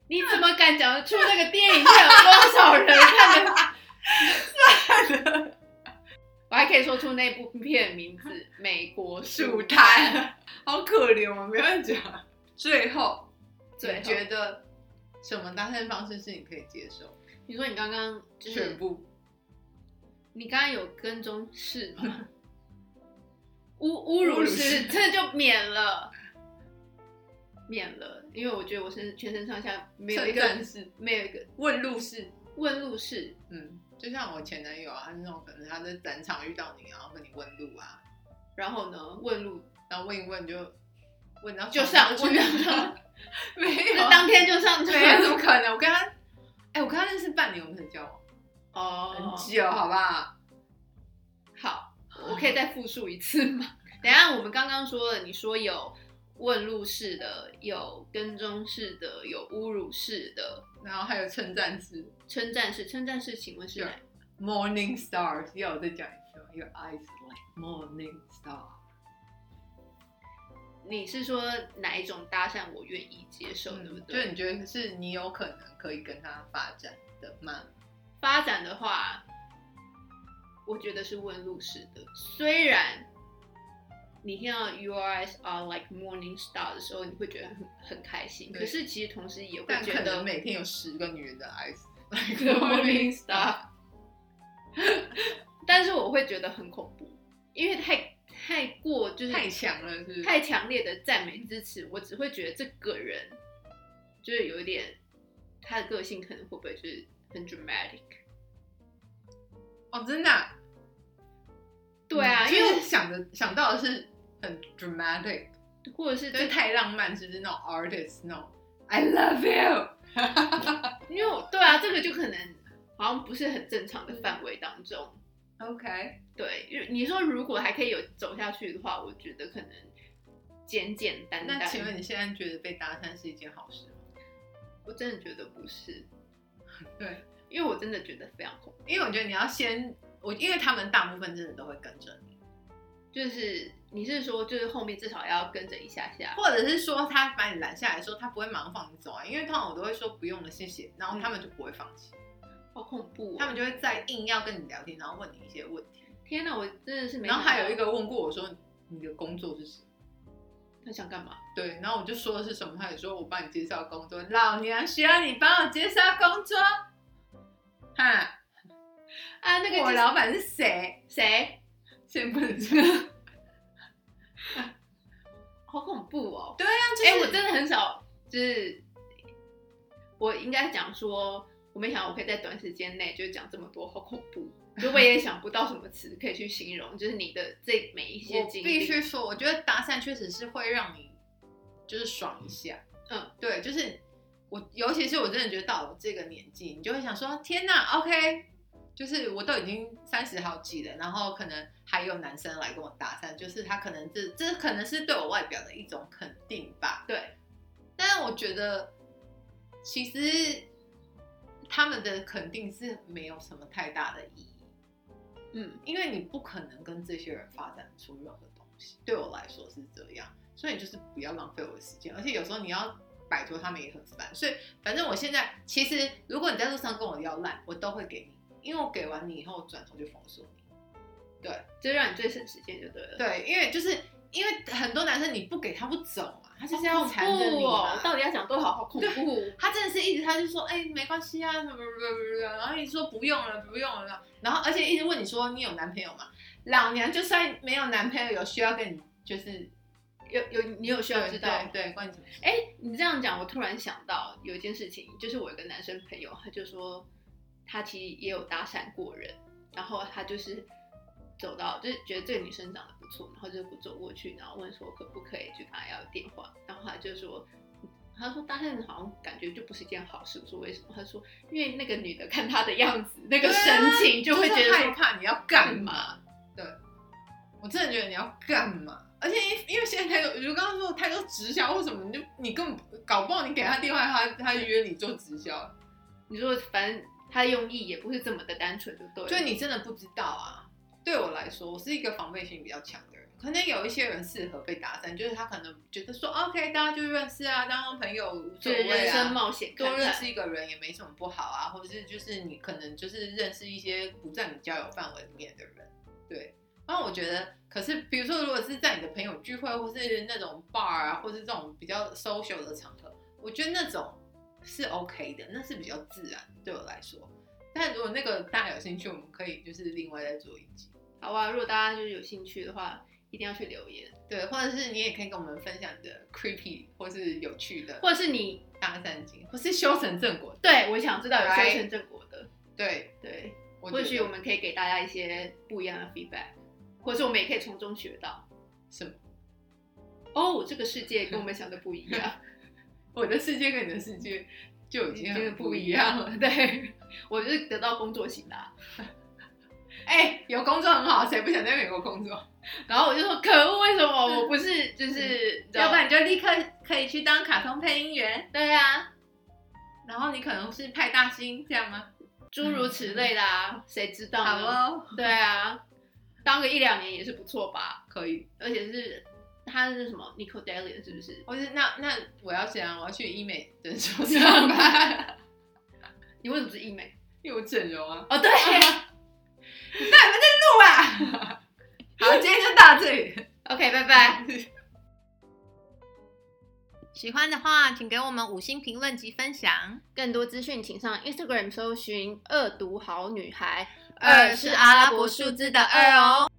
Speaker 2: 你怎么敢讲得出那个电影院有多少人看的？ 我还可以说出那部片名字《美 国
Speaker 1: 树
Speaker 2: 树摊》。
Speaker 1: 摊，好可怜，我没办法。最后，
Speaker 2: 最后
Speaker 1: 你觉得什么搭讪方式是你可以接受？
Speaker 2: 你说你刚刚就是
Speaker 1: 全部
Speaker 2: 你刚刚有跟踪是 吗？侮侮辱是这就免了，免了，因为我觉得我身全身上下没有一个
Speaker 1: 称赞是
Speaker 2: 没有一个
Speaker 1: 问路是，
Speaker 2: 问路是
Speaker 1: 嗯，就像我前男友啊，他那种可能他在展场遇到你，然后跟你问路啊，
Speaker 2: 然后呢问路
Speaker 1: 然后问一问就问到
Speaker 2: 就上
Speaker 1: 去
Speaker 2: 问 到，
Speaker 1: 没
Speaker 2: 就
Speaker 1: 有，啊
Speaker 2: 当天就上车
Speaker 1: 哎没有，怎么可能？我跟他，哎、我跟他认识半年，我们才交往，
Speaker 2: 哦，
Speaker 1: 很久，好不好？
Speaker 2: 好，我可以再复述一次吗？等一下我们刚刚说了，你说有问路式的，有跟踪式的，有侮辱式的，
Speaker 1: 然后还有称赞是
Speaker 2: 称赞式，称赞式，请问是哪
Speaker 1: Morning Stars，要我再讲一次吗？Your eyes like Morning Star。
Speaker 2: 你是说哪一种搭讪我愿意接受，对不
Speaker 1: 嗯就
Speaker 2: 对？
Speaker 1: 你觉得是你有可能可以跟他发展的吗？
Speaker 2: 发展的话，我觉得是问路式的。虽然你听到 Your eyes are like morning star 的时候，你会觉得很很开心，
Speaker 1: 对
Speaker 2: 可是其实同时也会
Speaker 1: 但
Speaker 2: 觉
Speaker 1: 可
Speaker 2: 得
Speaker 1: 能每天有十个女人的 eyes like
Speaker 2: Good morning star，但是我会觉得很恐怖，因为太太过就是
Speaker 1: 太强了，是不是？
Speaker 2: 太强烈的赞美支持，我只会觉得这个人就是有一点，他的个性可能会不会就是很 dramatic。
Speaker 1: 哦，真的啊、
Speaker 2: 对啊，
Speaker 1: 嗯
Speaker 2: 因
Speaker 1: 就
Speaker 2: 为
Speaker 1: 是想着想到的是很 dramatic，
Speaker 2: 我或者是
Speaker 1: 就是
Speaker 2: 这，
Speaker 1: 太浪漫，是不是那种 artist 那种 I love you？
Speaker 2: 因为我对啊，这个就可能好像不是很正常的范围当中。
Speaker 1: OK，
Speaker 2: 对，因为你说如果还可以有走下去的话，我觉得可能简简单单。
Speaker 1: 那请问你现在觉得被搭讪是一件好事吗？
Speaker 2: 我真的觉得不是，
Speaker 1: 对，
Speaker 2: 因为我真的觉得非常恐怖，
Speaker 1: 因为我觉得你要先，我因为他们大部分真的都会跟着你，
Speaker 2: 就是你是说就是后面至少要跟着一下下，
Speaker 1: 或者是说他把你拦下来的时候，他不会马上放你走啊，因为通常我都会说不用了，谢谢，然后他们就不会放弃，
Speaker 2: 好恐怖、哦！
Speaker 1: 他们就会再硬要跟你聊天，然后问你一些问题，
Speaker 2: 天哪，我真的是没
Speaker 1: 然
Speaker 2: 想
Speaker 1: 后
Speaker 2: 到。
Speaker 1: 还有一个问过我说你的工作是什么。
Speaker 2: 他想干嘛？
Speaker 1: 对，然后我就说的是什么，他也说我帮你介绍工作，老娘需要你帮我介绍工作。哈，
Speaker 2: 啊，那个
Speaker 1: 我
Speaker 2: 就是
Speaker 1: 老板是谁？
Speaker 2: 谁？
Speaker 1: 先不能 说。对
Speaker 2: 好恐怖哦！
Speaker 1: 啊，
Speaker 2: 哎、我真的很少，就是我应该讲说，我没想到我可以在短时间内就讲这么多，好恐怖！就我也想不到什么词可以去形容，就是你的这每一些
Speaker 1: 我
Speaker 2: 经
Speaker 1: 必
Speaker 2: 历，
Speaker 1: 须说，我觉得搭讪确实是会让你就是爽一下。
Speaker 2: 嗯，
Speaker 1: 对，就是我，尤其是我真的觉得到我这个年纪，你就会想说，天哪，OK，就是我都已经三十好几了，然后可能还有男生来跟我搭讪，就是他可能这这可能是对我外表的一种肯定吧。
Speaker 2: 对，
Speaker 1: 但是我觉得其实他们的肯定是没有什么太大的意义。
Speaker 2: 嗯，
Speaker 1: 因为你不可能跟这些人发展出任何东西。对我来说是这样，所以你就是不要浪费我的时间，而且有时候你要摆脱他们也很烦。所以反正我现在其实，如果你在路上跟我要烂，我都会给你，因为我给完你以后，我转头就封锁你。
Speaker 2: 就让你最省时间就对了。，
Speaker 1: 对，因为就是因为很多男生你不给他不走嘛，他就是要
Speaker 2: 好恐
Speaker 1: 缠着你
Speaker 2: 怖
Speaker 1: 嘛。
Speaker 2: 哦！到底要讲多少？好恐怖！
Speaker 1: 他真的是一直，他就说，哎、没关系啊，什么什么什么，然后一直说不用了，不用了，然后而且一直问你说你有男朋友吗？老娘就算没有男朋友，有需要跟你就是
Speaker 2: 有有，你有需要知道吗？
Speaker 1: 对，对关你什么事？
Speaker 2: 哎、你这样讲，我突然想到有一件事情，就是我有一个男生朋友，他就说他其实也有搭讪过人，然后他就是走到就是觉得这个女生长得不错，然后就不走过去，然后问说可不可以去跟他要电话，然后他就说。他说搭讪好像感觉就不是一件好事，我说为什么？他说因为那个女的看他的样子，那个
Speaker 1: 对啊
Speaker 2: 神情就会
Speaker 1: 是
Speaker 2: 觉得
Speaker 1: 害
Speaker 2: 说
Speaker 1: 怕，你 要干嘛？？我真的觉得你要干嘛？而且因因为现在太多，我就刚刚说太多直销或什么，你就你根本不搞不好你给他电话，他他约你做直销，
Speaker 2: 你说反正他的用意也不是这么的单纯，就对了。
Speaker 1: 就你真的不知道啊。对我来说，我是一个防备心比较强的人，可能有一些人适合被搭讪，就是他可能觉得说 OK，大家就认识啊，当当朋友无所
Speaker 2: 就是
Speaker 1: 谓
Speaker 2: 人生
Speaker 1: 啊。
Speaker 2: 冒险看
Speaker 1: 多
Speaker 2: 看，
Speaker 1: 认识一个人也没什么不好啊，或者是就是你可能就是认识一些不在你交友范围里面的人，对。然后我觉得，可是比如说，如果是在你的朋友聚会，或是那种 bar 啊，或是这种比较 social 的场合，我觉得那种是 OK 的，那是比较自然对我来说。但如果那个大家有兴趣，我们可以就是另外再做一集，
Speaker 2: 好啊，如果大家就是有兴趣的话，一定要去留言，
Speaker 1: 对，或者是你也可以跟我们分享你的 creepy 或是有趣的
Speaker 2: 或者是你
Speaker 1: 大战经，或是修成正果。
Speaker 2: 对我想知道有修
Speaker 1: Right
Speaker 2: 成正果的，
Speaker 1: 对，
Speaker 2: 对，
Speaker 1: 我觉
Speaker 2: 或
Speaker 1: 得
Speaker 2: 许我们可以给大家一些不一样的 feedback，或者我们也可以从中学到，
Speaker 1: 什么？
Speaker 2: 哦，这个世界跟我们想的不一样，
Speaker 1: 我的世界跟你的世界就 已经
Speaker 2: 真的
Speaker 1: 很不
Speaker 2: 不
Speaker 1: 一
Speaker 2: 一
Speaker 1: 样
Speaker 2: 样
Speaker 1: 了。
Speaker 2: 了。对， 我就是得到工作型的啊、
Speaker 1: 哎、有工作很好，谁不想在美国工作？
Speaker 2: 然后我就说，可恶，为什么我不是就是，你知道
Speaker 1: 嗯要不然你就立刻可以去当卡通配音员，
Speaker 2: 对啊，
Speaker 1: 然后你可能是派大星这样吗？
Speaker 2: 诸如此类的啊，谁知道
Speaker 1: 嗯好
Speaker 2: 呢？
Speaker 1: 哦，
Speaker 2: 对啊，当个一两年也是不错吧，
Speaker 1: 可以。
Speaker 2: 而且是他是什么 n i c o d e l i a 是不是？
Speaker 1: 或是那那我要怎样？我要去医美诊 所上班，
Speaker 2: 你为什么是医美？
Speaker 1: 因为我整容啊。
Speaker 2: 哦，对，
Speaker 1: 不啦。 好，今天就到这里，
Speaker 2: 啊 OK，拜拜。
Speaker 1: 拜。喜欢的话，请给我们五星评论及分享。
Speaker 2: 更多资讯请上 Instagram 搜寻“恶毒好女孩”，
Speaker 1: 二是阿拉伯数
Speaker 2: 字的二哦。